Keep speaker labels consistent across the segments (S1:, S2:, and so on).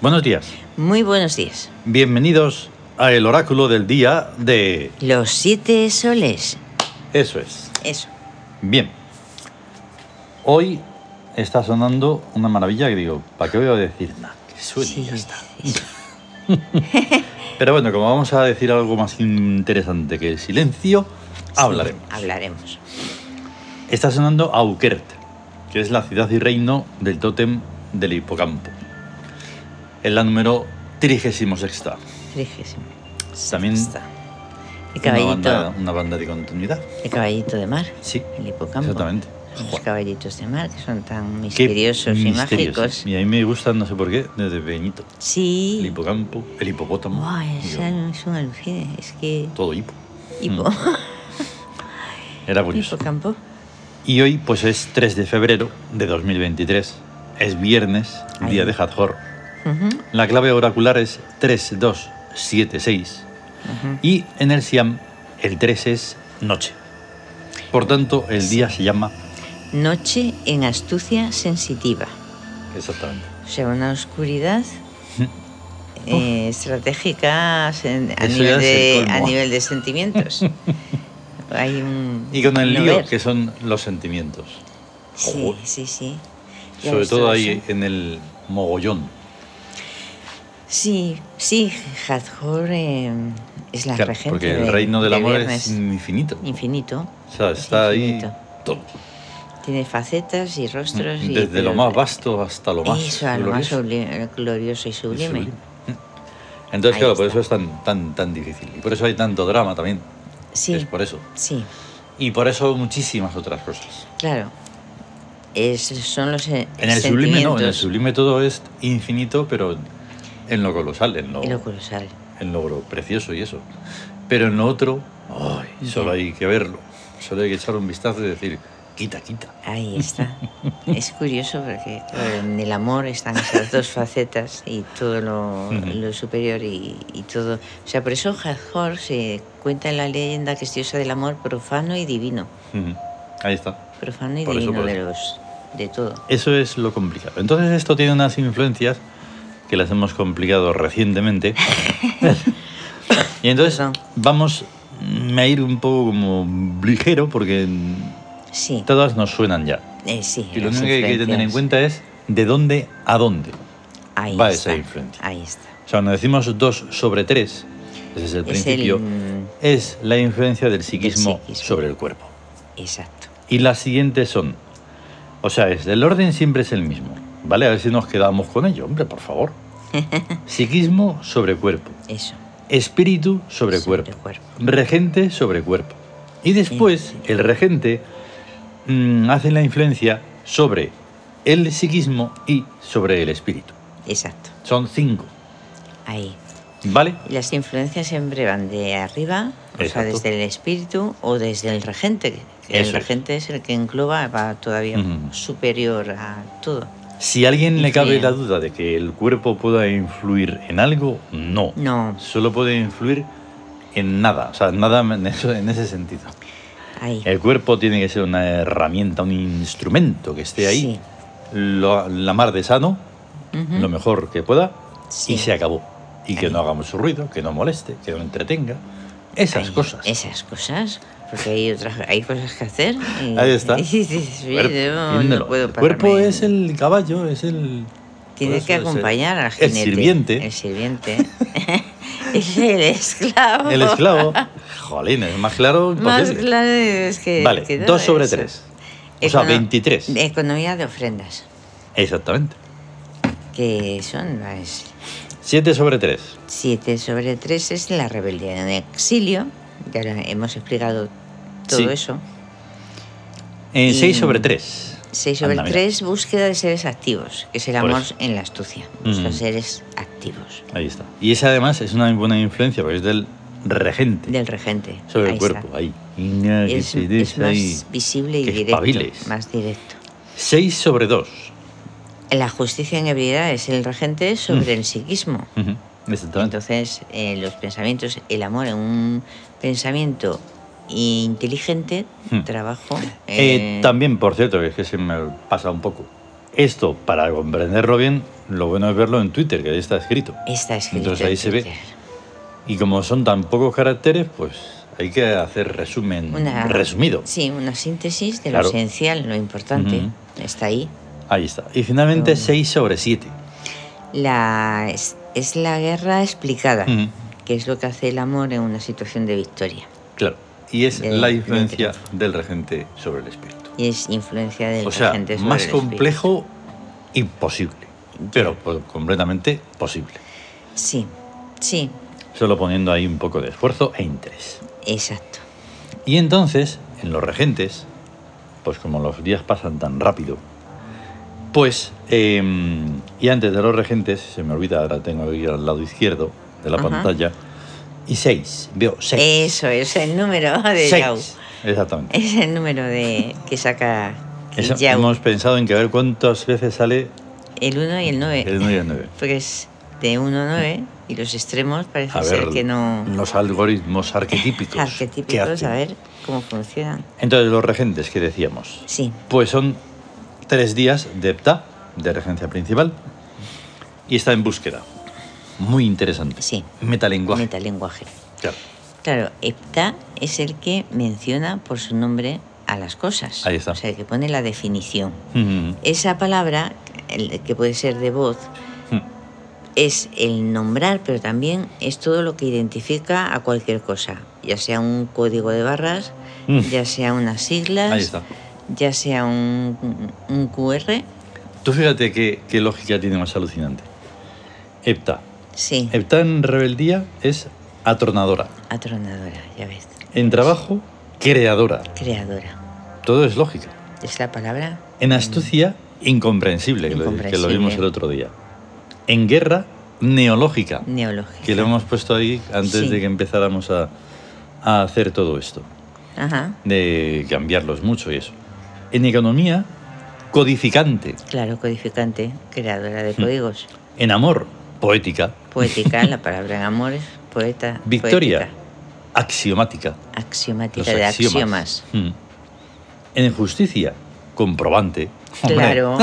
S1: Buenos días.
S2: Muy buenos días.
S1: Bienvenidos a el oráculo del día de...
S2: Los siete soles.
S1: Eso es.
S2: Eso.
S1: Bien. Hoy está sonando una maravilla que digo, ¿para qué voy a decir nada? Que suene y
S2: Sí,
S1: ya está.
S2: eso.
S1: Pero bueno, como vamos a decir algo más interesante que el silencio, hablaremos.
S2: Sí, hablaremos.
S1: Está sonando Aukert, que es la ciudad y reino del tótem del hipocampo. Es la número 36.
S2: Trigésimo.
S1: También
S2: Está. El
S1: una banda,
S2: caballito,
S1: una banda de continuidad.
S2: el caballito de mar.
S1: Sí,
S2: El hipocampo.
S1: exactamente.
S2: Los
S1: Joder,
S2: caballitos de mar que son tan
S1: qué
S2: misteriosos y
S1: misterios,
S2: mágicos.
S1: ¿eh? Y a mí me gustan, no sé por qué, desde pequeñito. El
S2: Sí.
S1: hipocampo, el hipopótamo.
S2: Buah, es,
S1: digo,
S2: al- es un alucine. Es que.
S1: Todo hipo.
S2: Hipo.
S1: Era curioso.
S2: Hipocampo.
S1: Y hoy, pues es 3 de febrero de 2023. Es viernes,
S2: Ay.
S1: día de Hathor.
S2: Ujú,
S1: La clave oracular es 3276.
S2: ujú.
S1: Y en el Siam, el 3 es noche. Por tanto, el día se llama.
S2: Noche en astucia sensitiva.
S1: Exactamente.
S2: O sea, una oscuridad eh, estratégica sen- a
S1: Eso ya
S2: nivel,
S1: es el
S2: de,
S1: colmo.
S2: a nivel de sentimientos. Hay un.
S1: Y con el
S2: no
S1: lío,
S2: ver.
S1: que son los sentimientos.
S2: Sí,
S1: Joder.
S2: sí, sí. Ya
S1: Sobre
S2: ves tú,
S1: todo
S2: sí.
S1: ahí eh, en el mogollón.
S2: Sí, sí, Hathor eh, es la
S1: Claro,
S2: regente.
S1: porque el
S2: de-
S1: reino del
S2: de
S1: amor es
S2: viernes.
S1: infinito.
S2: infinito.
S1: O sea,
S2: es
S1: está ahí
S2: infinito.
S1: todo.
S2: Tiene facetas y rostros. y-
S1: Desde lo
S2: pero-
S1: más vasto hasta lo más.
S2: Eso, a lo más
S1: glorioso
S2: subli- glorioso y
S1: y
S2: sublime.
S1: sublime. Entonces,
S2: Ahí
S1: claro, por eso
S2: está.
S1: es tan, tan, tan difícil. Y por eso hay tanto drama también.
S2: Sí,
S1: Es por eso.
S2: sí,
S1: Y por eso muchísimas otras cosas.
S2: claro. Es, son los eh,
S1: En el sublime no, en el
S2: sentimientos.
S1: sublime todo es infinito, pero en lo colosal, en lo,
S2: Y lo colosal.
S1: en lo precioso y eso. Pero en lo otro, ay, solo hay que verlo, solo hay que echar un vistazo y decir, quita, quita.
S2: Ahí está. es curioso porque claro, en el amor están esas dos facetas y todo lo,
S1: Ujú.
S2: lo superior y, y todo. O sea, por eso Hathor se cuenta en la leyenda que es diosa del amor profano y divino.
S1: Ujú, Ahí está.
S2: Profano y
S1: Por eso,
S2: divino
S1: por
S2: de los de todo.
S1: Eso es lo complicado. Entonces esto tiene unas influencias que las hemos complicado recientemente. y entonces
S2: Perdón.
S1: vamos mm, a ir un poco como ligero porque
S2: Sí,
S1: todas nos suenan ya.
S2: eh, sí.
S1: Y lo
S2: las
S1: único que hay que tener en
S2: influencias.
S1: cuenta es de dónde a dónde.
S2: Ahí
S1: va
S2: está,
S1: esa influencia.
S2: Ahí está.
S1: O sea, cuando decimos 2 sobre 3, ese es el
S2: Es
S1: principio,
S2: el-
S1: es la influencia del psiquismo,
S2: psiquismo.
S1: sobre el cuerpo.
S2: Exacto.
S1: Y las siguientes son, o sea, es, el orden siempre es el mismo, ¿vale? A ver si nos quedamos con ello, hombre, por favor. psiquismo sobre cuerpo,
S2: Eso.
S1: espíritu sobre,
S2: Sobre
S1: cuerpo,
S2: cuerpo.
S1: regente sobre cuerpo. Y después, el regente mm, hace la influencia sobre el psiquismo y sobre el espíritu.
S2: Exacto.
S1: Son cinco,
S2: Ahí.
S1: ¿vale?
S2: Y Las influencias siempre van de arriba, o sea,
S1: Exacto.
S2: desde el espíritu o desde el regente. que
S1: Eso
S2: el
S1: es.
S2: regente es. el que engloba, va todavía
S1: Ujú.
S2: superior a todo.
S1: Si a alguien le cabe
S2: Influyen.
S1: la duda de que el cuerpo pueda influir en algo, no.
S2: No,
S1: Solo puede influir en nada, o sea, nada en, eso- en ese sentido.
S2: ahí.
S1: El cuerpo tiene que ser una herramienta, un instrumento que esté ahí,
S2: Sí.
S1: lo- la mar de sano,
S2: Ujú.
S1: lo mejor que pueda,
S2: Sí.
S1: y se acabó. Y que
S2: Ahí.
S1: no haga mucho ruido, que no moleste, que no entretenga. Esas
S2: Ahí,
S1: cosas.
S2: Esas cosas. Porque hay otras hay cosas que hacer. y-
S1: Ahí está.
S2: y dices, "Oye,
S1: Cuerpo,
S2: no, no
S1: entiéndelo.
S2: puedo
S1: el cuerpo
S2: pararme".
S1: es el caballo, es el...
S2: Tienes
S1: por
S2: que
S1: eso es el-
S2: acompañar al
S1: El
S2: jinete.
S1: sirviente.
S2: El sirviente. es el esclavo.
S1: El esclavo. Jolín, es más claro
S2: Más
S1: imposible.
S2: claro es que.
S1: Vale,
S2: que no
S1: 2 sobre
S2: es-
S1: 3. O sea,
S2: Econo-
S1: 23.
S2: de Economía de ofrendas,
S1: Exactamente.
S2: que son las
S1: 7 sobre 3.
S2: 7 sobre 3 es la rebelión en exilio, ya la- hemos explicado todo
S1: Sí.
S2: eso.
S1: En
S2: Y-
S1: 6 sobre 3.
S2: 6 sobre 3, búsqueda de seres activos, que es el
S1: Por
S2: amor
S1: eso. Mm.
S2: en la astucia, los
S1: Ujú.
S2: seres activos
S1: Ahí está. Y esa además es una buena influencia porque es del regente
S2: del regente.
S1: sobre el
S2: Ahí está.
S1: cuerpo. Ahí. Inga, que
S2: Es,
S1: se
S2: es
S1: des
S2: más
S1: ahí.
S2: visible y
S1: que
S2: directo.
S1: espabiles.
S2: Más directo.
S1: 6 sobre 2.
S2: La justicia en ebriedad es el regente sobre
S1: Mm.
S2: el psiquismo.
S1: Ujú, Exactamente.
S2: Entonces, eh, los pensamientos, el amor en un pensamiento inteligente,
S1: Hmm.
S2: trabajo.
S1: Eh,
S2: eh,
S1: también, por cierto, que es que se me pasa un poco. Esto, para comprenderlo bien, lo bueno es verlo en Twitter, que ahí está escrito.
S2: Está escrito.
S1: Entonces
S2: en
S1: ahí se ve.
S2: Twitter.
S1: Y como son tan pocos caracteres, pues hay que hacer resumen
S2: Una-
S1: resumido.
S2: Sí, una síntesis de
S1: Claro.
S2: lo esencial, lo importante.
S1: Ujú.
S2: Está ahí.
S1: Ahí está. Y finalmente
S2: Mm.
S1: 6 sobre 7.
S2: La, es, es la guerra explicada,
S1: Hmm.
S2: que es lo que hace el amor en una situación de victoria.
S1: Claro. Y es
S2: De-
S1: la
S2: de
S1: influencia del regente sobre el espíritu.
S2: Y es influencia del
S1: o sea,
S2: regente sobre
S1: más
S2: el espíritu.
S1: complejo, imposible. Pero pues, completamente posible.
S2: Sí, sí,
S1: Solo poniendo ahí un poco de esfuerzo e interés.
S2: exacto.
S1: Y entonces, en los regentes, pues como los días pasan tan rápido, pues, eh, y antes de los regentes, se me olvida, ahora tengo que ir al lado izquierdo de la
S2: Ajá.
S1: pantalla, y seis, veo seis.
S2: Eso es el número de
S1: Seis,
S2: Yao.
S1: Exactamente.
S2: Es el número de que saca
S1: Eso,
S2: Yao.
S1: hemos pensado en que a ver cuántas veces sale
S2: El 1 y el 9.
S1: el 9 y el 9.
S2: Porque es de 1 a 9 y los extremos parece
S1: A
S2: ser
S1: ver,
S2: que no.
S1: los algoritmos arquetípicos. que
S2: Arquetípicos,
S1: hacen.
S2: a ver cómo funcionan.
S1: Entonces, los regentes que decíamos,
S2: Sí,
S1: Pues son tres días de EPTA, de regencia principal, y está en búsqueda. Muy interesante.
S2: sí.
S1: Metalenguaje.
S2: Metalenguaje.
S1: Claro.
S2: Claro, hepta es el que menciona por su nombre a las cosas.
S1: Ahí está.
S2: O sea, el que pone la definición.
S1: Mm,
S2: Esa palabra, el que puede ser de voz,
S1: mm.
S2: es el nombrar, pero también es todo lo que identifica a cualquier cosa, ya sea un código de barras,
S1: Mm.
S2: ya sea unas siglas,
S1: Ahí está.
S2: ya sea un, un QR.
S1: Tú fíjate qué, qué lógica tiene más alucinante. EPTA.
S2: Sí,
S1: EPTA en rebeldía es atronadora.
S2: atronadora, ya ves.
S1: En trabajo, creadora.
S2: Creadora.
S1: Todo es lógica.
S2: ¿Es la palabra?
S1: En astucia, incomprensible, que lo- que lo
S2: Incomprensible.
S1: vimos el otro día. En guerra, neológica.
S2: Neológica.
S1: que lo hemos puesto ahí antes
S2: Sí.
S1: de que empezáramos a, a hacer todo esto,
S2: Ajá,
S1: de cambiarlos mucho y eso. En economía, codificante.
S2: claro, codificante, creadora
S1: Hmm.
S2: de códigos.
S1: En amor, poética.
S2: Poética, la palabra en amor es poeta.
S1: Victoria,
S2: poética.
S1: axiomática.
S2: Axiomática
S1: Los
S2: de
S1: axiomas.
S2: axiomas.
S1: Mm. En justicia, comprobante. Hombre.
S2: Claro.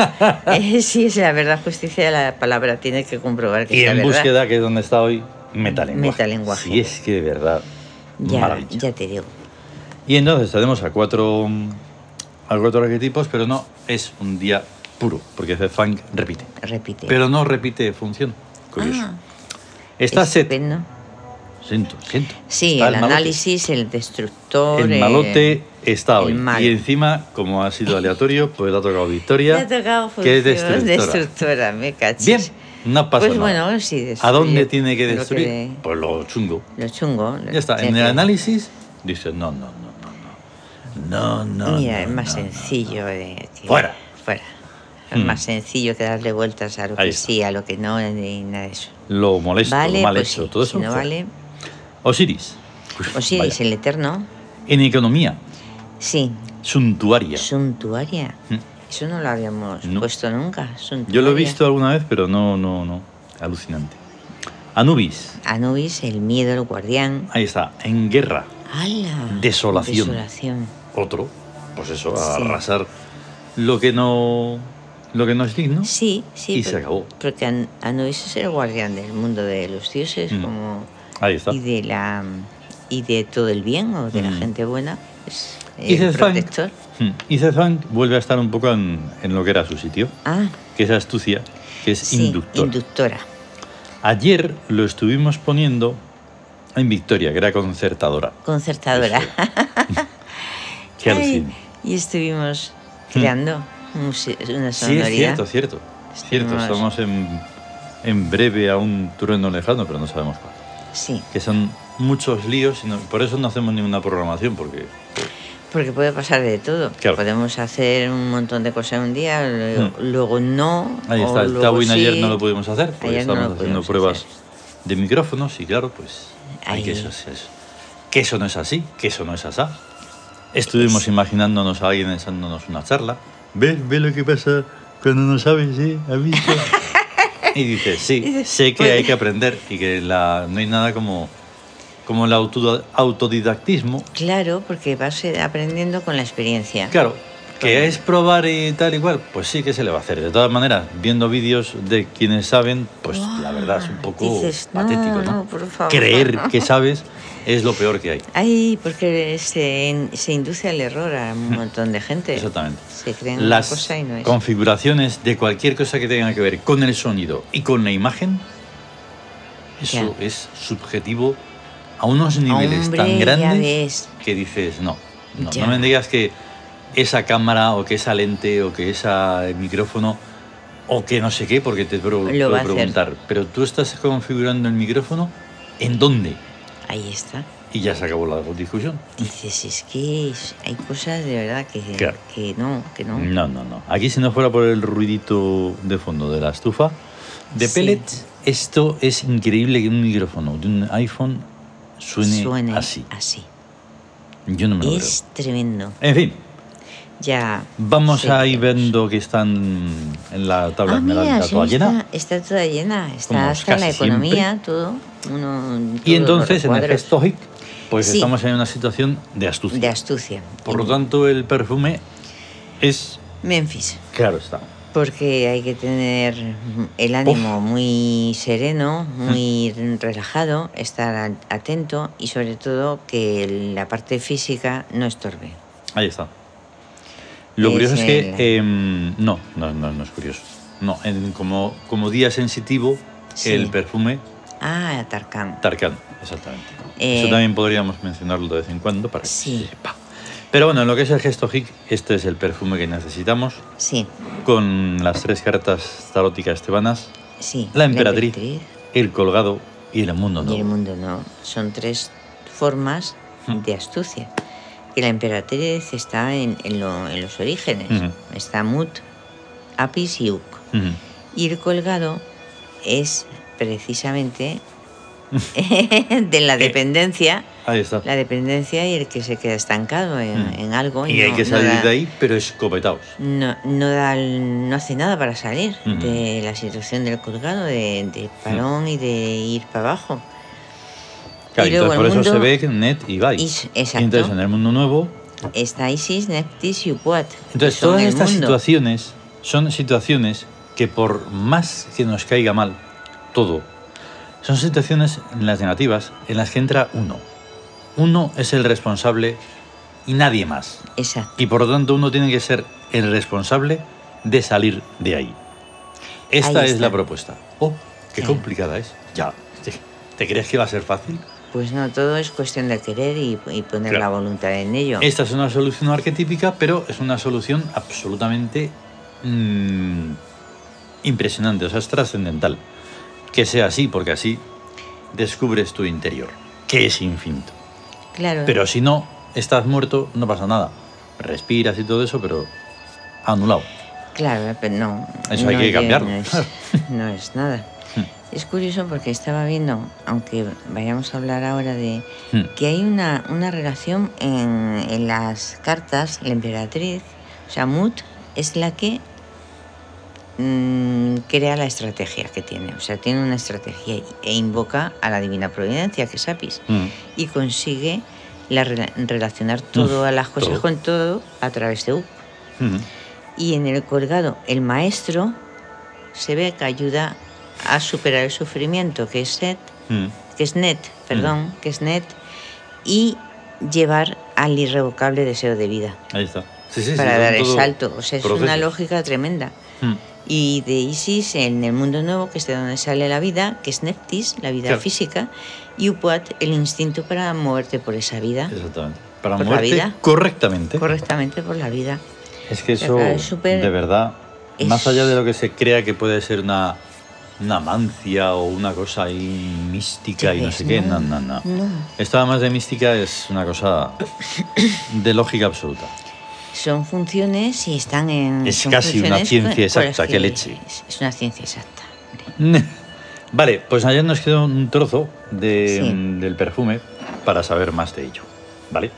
S2: Eh, sí, es la verdad, justicia, la palabra tiene que comprobar que
S1: Y
S2: sea
S1: en
S2: verdad.
S1: búsqueda, que es donde está hoy, metalenguaje.
S2: Metalenguaje.
S1: Si es que de verdad,
S2: Ya,
S1: maravilla.
S2: ya te digo.
S1: Y entonces tenemos a cuatro, mm, a cuatro arquetipos, pero no es un día puro, porque Funk repite.
S2: Repite.
S1: Pero no repite función. Curioso.
S2: Ah,
S1: está set.
S2: estupendo.
S1: Siento, siento.
S2: Sí,
S1: Está
S2: el,
S1: malote.
S2: análisis, el destructor.
S1: El
S2: eh,
S1: malote está
S2: el
S1: hoy.
S2: malo.
S1: Y encima, como ha sido aleatorio, pues le ha tocado
S2: Me ha
S1: Victoria,
S2: tocado
S1: que es
S2: función
S1: destructora.
S2: destructora, me cachis.
S1: Bien, no pasa
S2: Pues
S1: nada.
S2: bueno, sí.
S1: ¿A dónde
S2: destruye
S1: tiene que
S2: lo
S1: destruir?
S2: de-
S1: Pues lo chungo.
S2: Lo chungo. lo-
S1: Ya está. En
S2: que-
S1: el análisis dice, no, no, no, no, no. No, no.
S2: Mira,
S1: no,
S2: es más
S1: no, no.
S2: sencillo. de que-
S1: Fuera.
S2: Fuera. Es
S1: Mm.
S2: más sencillo que darle vueltas a lo
S1: Ahí
S2: que
S1: está.
S2: sí, a lo que no, eh, ni nada de eso.
S1: Lo molesto,
S2: vale,
S1: lo mal
S2: pues
S1: hecho,
S2: sí,
S1: todo
S2: si
S1: eso.
S2: no
S1: fuera.
S2: vale.
S1: Osiris. Vaya.
S2: Osiris, el eterno.
S1: En economía,
S2: Sí,
S1: suntuaria.
S2: suntuaria.
S1: Mm.
S2: Eso no lo habíamos
S1: No.
S2: puesto nunca. suntuaria.
S1: Yo lo he visto alguna vez, pero no, no, no. Alucinante. Anubis.
S2: Anubis, el miedo, el guardián.
S1: Ahí está. En guerra.
S2: ¡Hala!
S1: Desolación.
S2: Desolación.
S1: Otro. Pues eso, a
S2: Sí.
S1: arrasar lo que no. Lo que no es digno.
S2: Sí, sí.
S1: Y se
S2: por-
S1: acabó.
S2: Porque An- Anubis es el guardián del mundo de los dioses
S1: Mm.
S2: como
S1: Ahí está.
S2: y de la y de todo el bien o de la
S1: Mm.
S2: gente buena. Es
S1: Y
S2: el
S1: Zezank.
S2: protector.
S1: Hmm. Y Zezank vuelve a estar un poco en, en lo que era su sitio,
S2: Ah,
S1: que es astucia, que es
S2: sí,
S1: inductor.
S2: inductora.
S1: Ayer lo estuvimos poniendo en Victoria, que era concertadora.
S2: Concertadora.
S1: Eso. Qué
S2: Ay,
S1: alucin.
S2: y estuvimos creando muse- una sonoridad.
S1: Sí, es cierto, cierto. Cierto,
S2: Estamos-
S1: estamos en, en breve a un trueno lejano, pero no sabemos cuál.
S2: Sí,
S1: Que son muchos líos, y no- por eso no hacemos ninguna programación, porque
S2: porque puede pasar de todo.
S1: Claro.
S2: Podemos hacer un montón de cosas un día, luego,
S1: Mm.
S2: luego no.
S1: ahí
S2: o
S1: está, el
S2: luego
S1: Tawin ayer
S2: sí.
S1: no lo pudimos hacer, porque
S2: Ayer no lo
S1: estábamos haciendo
S2: pudimos
S1: pruebas
S2: hacer.
S1: de micrófonos y claro, pues hay que
S2: Ahí.
S1: eso, es eso. Que eso no es así, que eso no es asá. Estuvimos
S2: Es-
S1: imaginándonos a alguien echándonos una charla. ¿Ves? ¿Ves lo que pasa cuando no sabes, eh? ¿Has visto? y dices, sí,
S2: Dices,
S1: sé que
S2: "Bueno".
S1: hay que aprender y que la, no hay nada como, como el auto- autodidactismo.
S2: Claro, porque vas eh, aprendiendo con la experiencia.
S1: Claro, ¿Que es probar y tal y cual? Pues sí que se le va a hacer. De todas maneras, viendo vídeos de quienes saben, pues la verdad es un poco
S2: Ah, Dices, no,
S1: patético, ¿no?
S2: no, por favor,
S1: Creer
S2: no.
S1: que sabes es lo peor que hay.
S2: Ay, porque se, se induce al error a
S1: Mm.
S2: un montón de gente.
S1: Exactamente.
S2: Se creen
S1: Las
S2: una cosa y no es.
S1: configuraciones de cualquier cosa que tenga que ver con el sonido y con la imagen, eso es subjetivo a unos niveles
S2: Hombre,
S1: tan
S2: ya
S1: grandes
S2: ves.
S1: que dices, no, no,
S2: Ya.
S1: no me digas que esa cámara o que esa lente o que ese micrófono o que no sé qué, porque te pro-
S2: Lo
S1: puedo
S2: va a hacer.
S1: preguntar, pero tú estás configurando el micrófono, ¿en dónde?
S2: Ahí está.
S1: Y ya se acabó la discusión.
S2: Dices, es que es- hay cosas de verdad que,
S1: Claro.
S2: que no, que no.
S1: No, no, no. Aquí si no fuera por el ruidito de fondo de la estufa de
S2: Sí.
S1: pellets, esto es increíble que un micrófono de un iPhone suene,
S2: Suene
S1: así. Yo no me lo
S2: Es tremendo.
S1: creo. En fin,
S2: Ya.
S1: vamos
S2: sí,
S1: a ir
S2: veremos.
S1: viendo que están en la tabla
S2: Ah,
S1: esmeralda
S2: mira, sí,
S1: toda llena.
S2: Está, está toda llena. Está
S1: Como
S2: hasta la
S1: casi
S2: economía, todo. Uno,
S1: Y
S2: todos los
S1: entonces, en el
S2: recuadros
S1: gesto hic, pues
S2: Sí.
S1: estamos en una situación de astucia.
S2: De astucia.
S1: Por lo tanto, el perfume es...
S2: Memphis.
S1: Claro está.
S2: Porque hay que tener el ánimo muy sereno, muy relajado, estar a- atento y sobre todo que la parte física no estorbe.
S1: Ahí está. Lo
S2: Es
S1: curioso es
S2: el-
S1: que. em, no, no, no, no es curioso. No, en- como, como día sensitivo,
S2: Sí.
S1: el perfume
S2: Ah, Tarkan.
S1: Tarkan, exactamente.
S2: Eh,
S1: Eso también podríamos mencionarlo de vez en cuando para que
S2: sí.
S1: se sepa. Pero bueno, en lo que es el gesto hic, este es el perfume que necesitamos
S2: Sí,
S1: con las tres cartas taróticas tebanas,
S2: sí.
S1: La emperatriz. el colgado y el mundo
S2: y el
S1: nuevo.
S2: mundo no. Son tres formas
S1: Hmm.
S2: de astucia. Y la emperatriz está en, en lo- en los orígenes.
S1: Ujú.
S2: Está Mut, Apis y Uc.
S1: Ujú.
S2: Y el colgado es precisamente de
S1: Eh.
S2: la dependencia,
S1: Ahí está.
S2: la dependencia y el que se queda estancado en,
S1: Mm.
S2: en algo.
S1: Y hay
S2: no-
S1: que
S2: no
S1: salir
S2: da-
S1: de ahí, pero escopetados.
S2: No, no, da, no hace nada para salir
S1: Ujú.
S2: de la situación del colgado, de, de
S1: Mm.
S2: parón y de ir para abajo.
S1: Claro,
S2: Y luego
S1: entonces
S2: el
S1: por eso se
S2: mundo-
S1: ve que Net y Vice.
S2: Is-
S1: Y entonces en
S2: exacto.
S1: el mundo nuevo
S2: Está Isis, Neptis y Upuat. que
S1: Entonces,
S2: son
S1: todas
S2: el
S1: estas
S2: mundo.
S1: situaciones son situaciones que por más que nos caiga mal todo, son situaciones en las negativas en las que entra uno. Uno es el responsable y nadie más.
S2: Exacto.
S1: Y por lo tanto uno tiene que ser el responsable de salir de ahí. Esta
S2: Ahí
S1: es
S2: está.
S1: la propuesta. Oh, qué
S2: Claro.
S1: complicada es. Ya. ¿Te, te crees que va a ser fácil?
S2: Pues no, todo es cuestión de querer y, y poner
S1: Claro.
S2: la voluntad en ello.
S1: Esta es una solución arquetípica, pero es una solución absolutamente mm, impresionante, o sea, es trascendental. Que sea así, porque así descubres tu interior, que es infinito.
S2: claro.
S1: Pero si no, estás muerto, no pasa nada. Respiras y todo eso, pero anulado.
S2: Claro, eh, pero no.
S1: Eso hay
S2: no
S1: que
S2: lle-
S1: cambiarlo.
S2: No es, no es nada. Es curioso porque estaba viendo, aunque vayamos a hablar ahora de
S1: Hmm.
S2: que hay una, una relación en, en las cartas, la emperatriz, o sea, Mut es la que mm, crea la estrategia que tiene, o sea, tiene una estrategia e invoca a la divina providencia, que es Apis,
S1: Mm.
S2: y consigue la rela- relacionar todas las cosas
S1: todo.
S2: con todo a través de U.
S1: Mm.
S2: Y en el colgado, el maestro se ve que ayuda a superar el sufrimiento, que es Set,
S1: Mm.
S2: que es Net, perdón, que es Net, y llevar al irrevocable deseo de vida
S1: Ahí está. Sí, sí, sí,
S2: para
S1: son
S2: dar el
S1: todo
S2: salto. O sea, es una
S1: procesos.
S2: lógica tremenda.
S1: Mm.
S2: Y de Isis en el mundo nuevo, que es de donde sale la vida, que es Neptis, la vida
S1: Claro.
S2: física, y Upuat, el instinto para moverte por esa vida,
S1: Exactamente. Para
S2: Por la
S1: moverte
S2: vida.
S1: correctamente.
S2: correctamente por la vida.
S1: Es que
S2: sea,
S1: eso,
S2: claro, es súper-
S1: de verdad,
S2: es-
S1: más allá de lo que se crea que puede ser una, una mancia o una cosa ahí mística y no sé qué, no, no, no.
S2: No,
S1: Esta más de mística es una cosa de lógica absoluta.
S2: Son funciones y están en.
S1: Es
S2: son
S1: casi una
S2: funciones
S1: ciencia
S2: con- con
S1: exacta,
S2: las
S1: qué leche.
S2: Es, es una ciencia exacta.
S1: vale, pues ayer nos quedó un trozo de- mm,
S2: Sí.
S1: del perfume para saber más de ello, ¿vale?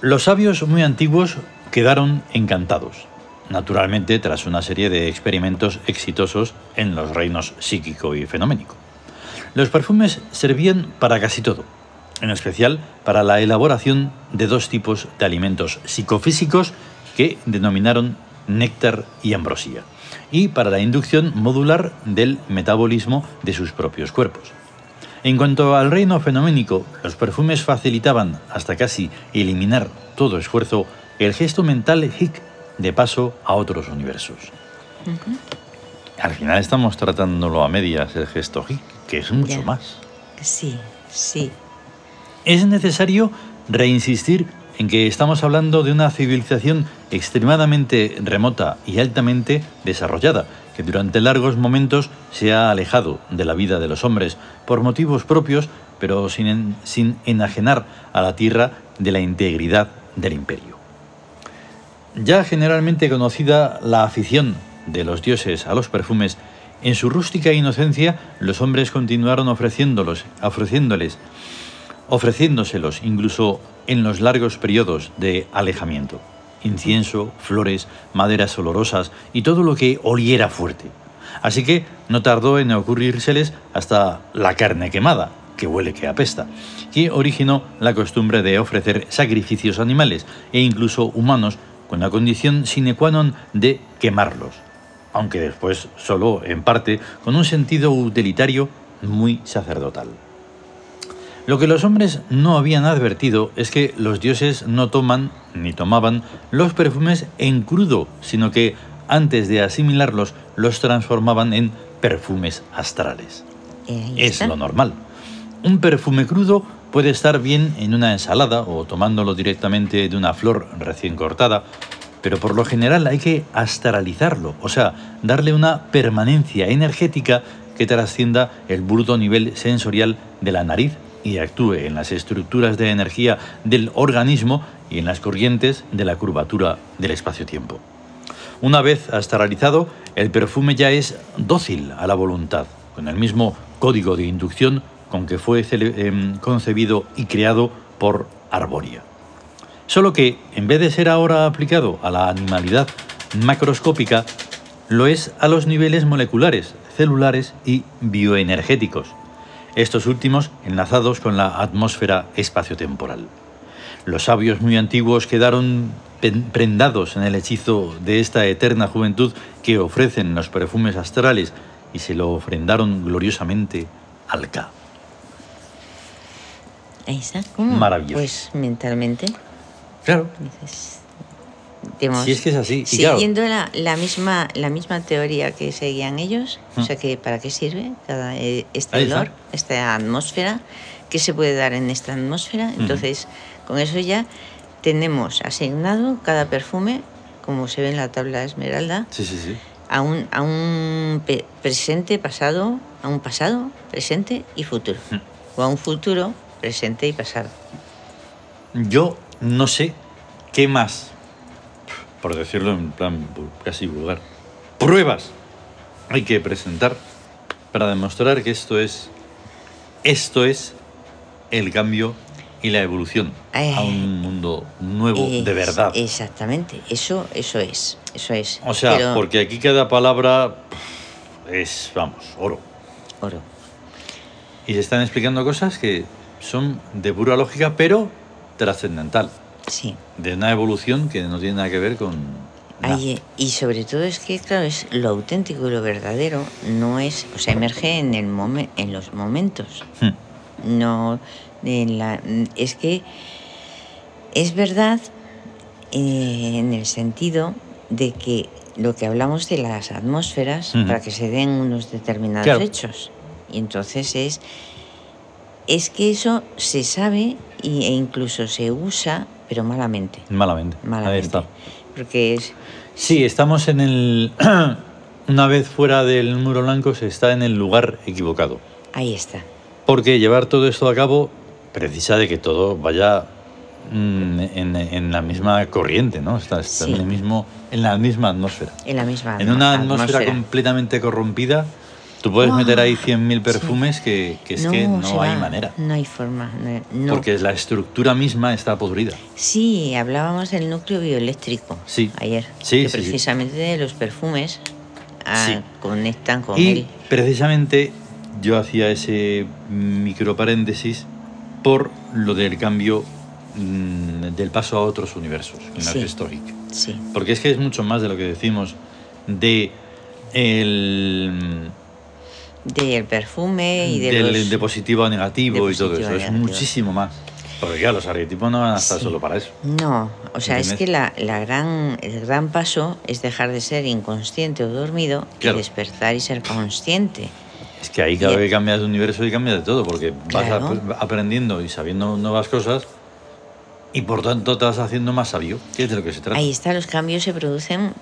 S1: Los sabios muy antiguos quedaron encantados, naturalmente tras una serie de experimentos exitosos en los reinos psíquico y fenoménico. Los perfumes servían para casi todo, en especial para la elaboración de dos tipos de alimentos psicofísicos que denominaron néctar y ambrosía, y para la inducción modular del metabolismo de sus propios cuerpos. En cuanto al reino fenoménico, los perfumes facilitaban, hasta casi eliminar todo esfuerzo, el gesto mental hic de paso a otros universos. Uh -huh. Al final estamos tratándolo a medias el gesto hic, que es mucho ya. más.
S2: Sí, sí.
S1: Es necesario reinsistir en que estamos hablando de una civilización extremadamente remota y altamente desarrollada, que durante largos momentos se ha alejado de la vida de los hombres por motivos propios, pero sin, en, sin enajenar a la tierra de la integridad del imperio. Ya generalmente conocida la afición de los dioses a los perfumes, en su rústica inocencia los hombres continuaron ofreciéndolos, ofreciéndoles, ofreciéndoselos incluso en los largos periodos de alejamiento incienso, flores, maderas olorosas y todo lo que oliera fuerte. Así que no tardó en ocurrírseles hasta la carne quemada, que huele que apesta, que originó la costumbre de ofrecer sacrificios animales e incluso humanos con la condición sine qua non de quemarlos, aunque después solo en parte con un sentido utilitario muy sacerdotal. Lo que los hombres no habían advertido es que los dioses no toman ni tomaban los perfumes en crudo, sino que antes de asimilarlos los transformaban en perfumes astrales.
S2: Eh,
S1: Es lo normal. Un perfume crudo puede estar bien en una ensalada o tomándolo directamente de una flor recién cortada, pero por lo general hay que astralizarlo, o sea, darle una permanencia energética que trascienda el burdo nivel sensorial de la nariz y actúe en las estructuras de energía del organismo y en las corrientes de la curvatura del espacio-tiempo. Una vez astralizado, el perfume ya es dócil a la voluntad, con el mismo código de inducción con que fue em, concebido y creado por Arboria. Solo que, en vez de ser ahora aplicado a la animalidad macroscópica, lo es a los niveles moleculares, celulares y bioenergéticos, estos últimos enlazados con la atmósfera espaciotemporal. Los sabios muy antiguos quedaron prendados en el hechizo de esta eterna juventud que ofrecen los perfumes astrales y se lo ofrendaron gloriosamente al Ka.
S2: Ahí está, ¿cómo?
S1: Maravilloso.
S2: Pues mentalmente.
S1: Claro. Dices, si es que es así.
S2: Siguiendo claro, la, la, misma, la misma teoría que seguían ellos, ¿Mm? o sea, que ¿para qué sirve cada, este olor, esta atmósfera? ¿Qué se puede dar en esta atmósfera? Entonces, uh -huh. con eso ya tenemos asignado cada perfume, como se ve en la tabla de esmeralda,
S1: sí, sí, sí.
S2: a un, a un pe presente, pasado, a un pasado, presente y futuro.
S1: Mm.
S2: Uh -huh. O a un futuro, presente y pasado.
S1: Yo no sé qué más por decirlo en plan casi vulgar, pruebas hay que presentar para demostrar que esto es, esto es el cambio y la evolución eh, a un mundo nuevo
S2: es,
S1: de verdad.
S2: Exactamente, eso, eso es, eso es.
S1: O sea, Pero... porque aquí cada palabra es, vamos, oro.
S2: Oro.
S1: Y se están explicando cosas que son de pura lógica, pero trascendental.
S2: Sí.
S1: De una evolución que no tiene nada que ver con.
S2: Ay, eh, y sobre todo es que, claro, es lo auténtico y lo verdadero, no es. O sea, emerge en, el momen, en los momentos. Hmm. No. En la, es que es verdad eh, en el sentido de que lo que hablamos de las atmósferas hmm. para que se den unos determinados claro. hechos. Y entonces es. Es que eso se sabe y, e incluso se usa pero malamente.
S1: Malamente.
S2: malamente.
S1: Ahí está.
S2: Porque es.
S1: Sí, estamos en el. Una vez fuera del muro blanco, se está en el lugar equivocado.
S2: Ahí está.
S1: Porque llevar todo esto a cabo precisa de que todo vaya mmm, en, en, la misma corriente, ¿no? Está, está sí. en, el mismo, en la misma atmósfera.
S2: En la misma
S1: En una atmósfera, atmósfera. completamente corrompida. Tú puedes oh, meter ahí
S2: Ah,
S1: 100.000 perfumes sí. que, que, es no, que no hay
S2: va.
S1: manera.
S2: No hay forma. No.
S1: Porque la estructura misma está podrida.
S2: Sí, hablábamos del núcleo bioeléctrico
S1: sí.
S2: ayer.
S1: Sí,
S2: que
S1: sí,
S2: precisamente los perfumes a, conectan con
S1: y
S2: él.
S1: Precisamente yo hacía ese microparéntesis por lo del cambio mm, del paso a otros universos en
S2: Sí.
S1: la Stoic.
S2: sí,
S1: Porque es que es mucho más de lo que decimos de el,
S2: del perfume y de
S1: del
S2: los...
S1: de positivo a negativo
S2: de
S1: y todo eso.
S2: positivo a
S1: Es
S2: negativo.
S1: muchísimo más. Porque claro, los arquetipos no van a estar
S2: Sí.
S1: solo para eso.
S2: No, o sea, es
S1: ¿Entiendes?
S2: que la, la gran, el gran paso es dejar de ser inconsciente o dormido
S1: Claro.
S2: y despertar y ser consciente.
S1: Es que ahí cada
S2: Y-
S1: vez que cambias de universo y cambias de todo, porque
S2: Claro.
S1: vas ap- aprendiendo y sabiendo nuevas cosas y por tanto te vas haciendo más sabio, que es de lo que se trata.
S2: Ahí está, los cambios se producen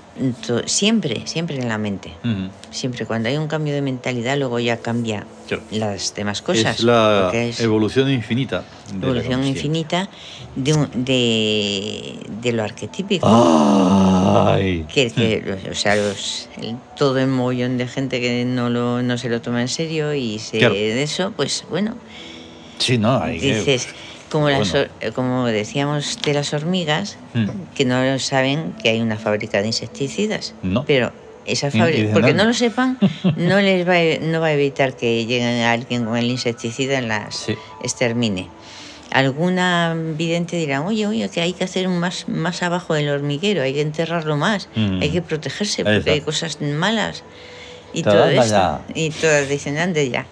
S2: to- siempre, siempre en la mente.
S1: Ujú.
S2: Siempre cuando hay un cambio de mentalidad, luego ya cambia
S1: Claro.
S2: las demás cosas.
S1: es la
S2: porque es
S1: evolución infinita. de la
S2: evolución
S1: conciencia.
S2: infinita de, un- de, de lo arquetípico.
S1: Ah. ¡Ay!
S2: que,
S1: Mm.
S2: que los- o sea, los- el- todo el mogollón de gente que no, lo, no se lo toma en serio y se,
S1: Claro.
S2: de eso, pues bueno,
S1: Sí, no, hay que-
S2: dices, como, las,
S1: Ah, bueno.
S2: hor- eh, como decíamos de las hormigas,
S1: Mm.
S2: que no saben que hay una fábrica de insecticidas.
S1: No.
S2: Pero esa
S1: Ni- ni
S2: fábrica,
S1: de
S2: porque
S1: nada.
S2: no lo sepan, no les va a, e-, no va a evitar que llegue alguien con el insecticida y las
S1: Sí.
S2: extermine. Alguna vidente dirá, oye, oye, que hay que hacer un más, más abajo del hormiguero, hay que enterrarlo más,
S1: Mm.
S2: hay que protegerse
S1: Ahí
S2: porque
S1: está.
S2: hay cosas malas. Y
S1: Todas
S2: todo esto.
S1: allá.
S2: Y todas dicen, ande ya.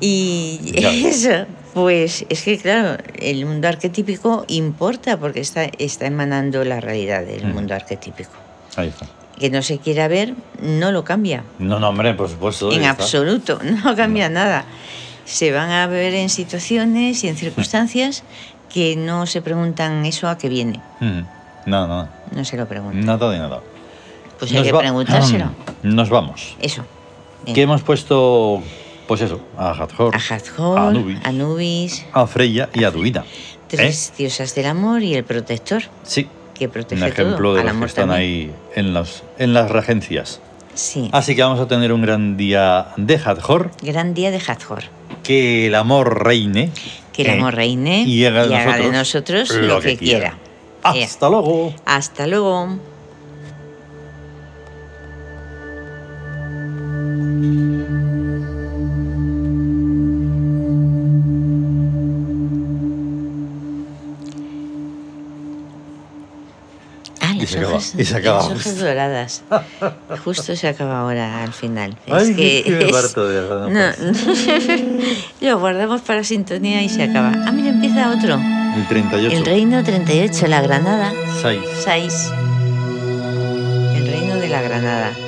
S2: Y
S1: Ya ves.
S2: eso, pues es que claro, el mundo arquetípico importa porque está, está emanando la realidad del
S1: Mm.
S2: mundo arquetípico.
S1: Ahí está.
S2: Que no se quiera ver, no lo cambia.
S1: No, no, hombre, por supuesto.
S2: en
S1: ya está.
S2: absoluto, no cambia nada. Se van a ver en situaciones y en circunstancias que no se preguntan eso a qué viene.
S1: Mm. No, no,
S2: No se lo preguntan.
S1: nada de nada.
S2: Pues hay
S1: Mm. Nos
S2: que
S1: va- Mm.
S2: preguntárselo.
S1: Nos vamos.
S2: Eso. Bien.
S1: Que hemos puesto, pues eso, a Hathor,
S2: A Hathor,
S1: a Anubis.
S2: Anubis,
S1: a Freya y a Duida.
S2: tres diosas del amor y el protector,
S1: Sí,
S2: que
S1: un
S2: protege
S1: ejemplo
S2: todo.
S1: de
S2: al
S1: los que
S2: amor
S1: están
S2: también.
S1: ahí en, los, en las regencias.
S2: Sí.
S1: Así que vamos a tener un gran día de Hathor,
S2: Gran día de Hathor.
S1: que el amor reine.
S2: Que el
S1: ¿eh?
S2: amor reine
S1: y haga de
S2: de
S1: nosotros
S2: nosotros lo, que, quiera. Eh,
S1: Hasta luego.
S2: Hasta luego. Ah,
S1: Y
S2: las
S1: se acaba,
S2: hojas-
S1: y se acaba
S2: las hojas
S1: justo.
S2: doradas. Justo se acaba ahora al final.
S1: Ay,
S2: es que,
S1: que me
S2: es-
S1: parto de verdad, no
S2: No. Lo guardamos para sintonía y se acaba. Ah, mira, empieza otro.
S1: El 38.
S2: El reino 38, la Granada.
S1: Seis.
S2: 6. El reino de la Granada.